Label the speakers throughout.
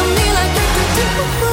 Speaker 1: on me like do, do, do, do.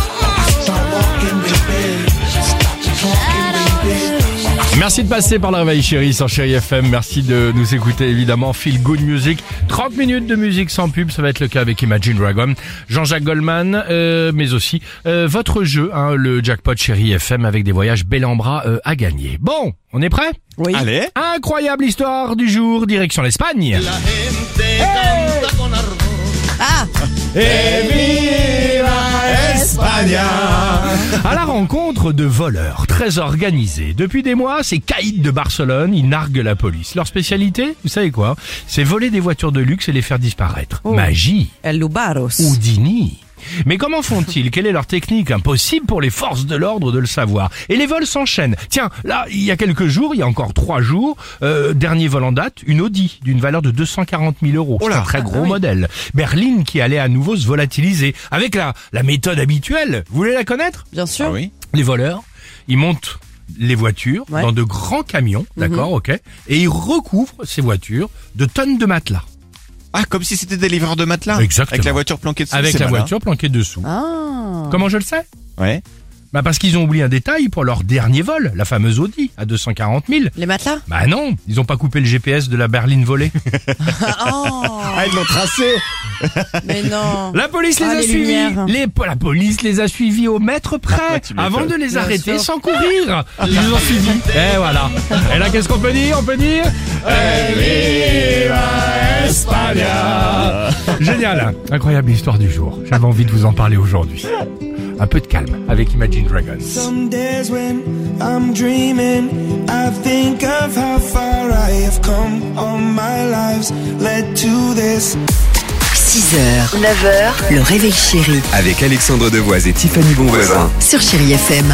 Speaker 2: Start walking, baby. Start talking, baby.
Speaker 3: Merci de passer par la réveil chérie sur Chérie FM. Merci de nous écouter évidemment. Feel Good Music. 30 minutes de musique sans pub, ça va être le cas avec Imagine Dragon, Jean-Jacques Goldman, euh, mais aussi euh, votre jeu, hein, le jackpot Chérie FM avec des voyages bel en bras euh, à gagner. Bon, on est prêt Oui. Allez. Incroyable histoire du jour, direction l'Espagne. Eh, à la rencontre de voleurs très organisés. Depuis des mois, ces caïds de Barcelone, ils narguent la police. Leur spécialité, vous savez quoi C'est voler des voitures de luxe et les faire disparaître. Magie
Speaker 4: El Lubaros.
Speaker 3: Houdini. Mais comment font-ils Quelle est leur technique Impossible pour les forces de l'ordre de le savoir. Et les vols s'enchaînent. Tiens, là, il y a quelques jours, il y a encore trois jours, euh, dernier vol en date, une Audi d'une valeur de 240 000 euros. C'est un très gros modèle. Berline qui allait à nouveau se volatiliser avec la, la méthode habituelle. Vous voulez la connaître
Speaker 4: Bien sûr.
Speaker 3: les voleurs, ils montent les voitures
Speaker 4: Ouais.
Speaker 3: dans de grands camions, d'accord, ok, et ils recouvrent ces voitures de tonnes de matelas.
Speaker 5: Ah, comme si c'était des livreurs de matelas.
Speaker 3: Exactement.
Speaker 5: Avec la voiture planquée dessus.
Speaker 3: avec
Speaker 5: c'est
Speaker 3: la
Speaker 5: malin.
Speaker 3: voiture planquée dessous.
Speaker 4: Ah.
Speaker 3: Comment je le sais
Speaker 5: Ouais.
Speaker 3: bah parce qu'ils ont oublié un détail pour leur dernier vol, la fameuse Audi à 240 000.
Speaker 4: Les matelas
Speaker 3: Bah non, ils ont pas coupé le GPS de la berline volée.
Speaker 4: Oh,
Speaker 5: Ah, ils l'ont tracé.
Speaker 4: mais non.
Speaker 3: La police les
Speaker 4: Ah,
Speaker 3: a
Speaker 4: les
Speaker 3: suivis.
Speaker 4: lumières.
Speaker 3: Les, la police les a suivis au mètre près
Speaker 5: Ah, tu m'étonnes.
Speaker 3: avant de les
Speaker 4: Bien
Speaker 3: arrêter
Speaker 4: sûr.
Speaker 3: sans courir. Ils nous ont suivis. Et voilà. Et là, qu'est-ce qu'on peut dire On peut dire Génial. Incroyable histoire du jour. J'avais envie de vous en parler aujourd'hui. Un peu de calme avec Imagine Dragons.
Speaker 2: Some days when I'm dreaming, I think of how far I have come. All my lives led to this.
Speaker 6: 6h, 9h, le réveil chéri
Speaker 7: Avec Alexandre Devoise et Tiffany Bonvoisin.
Speaker 6: sur Chérie FM.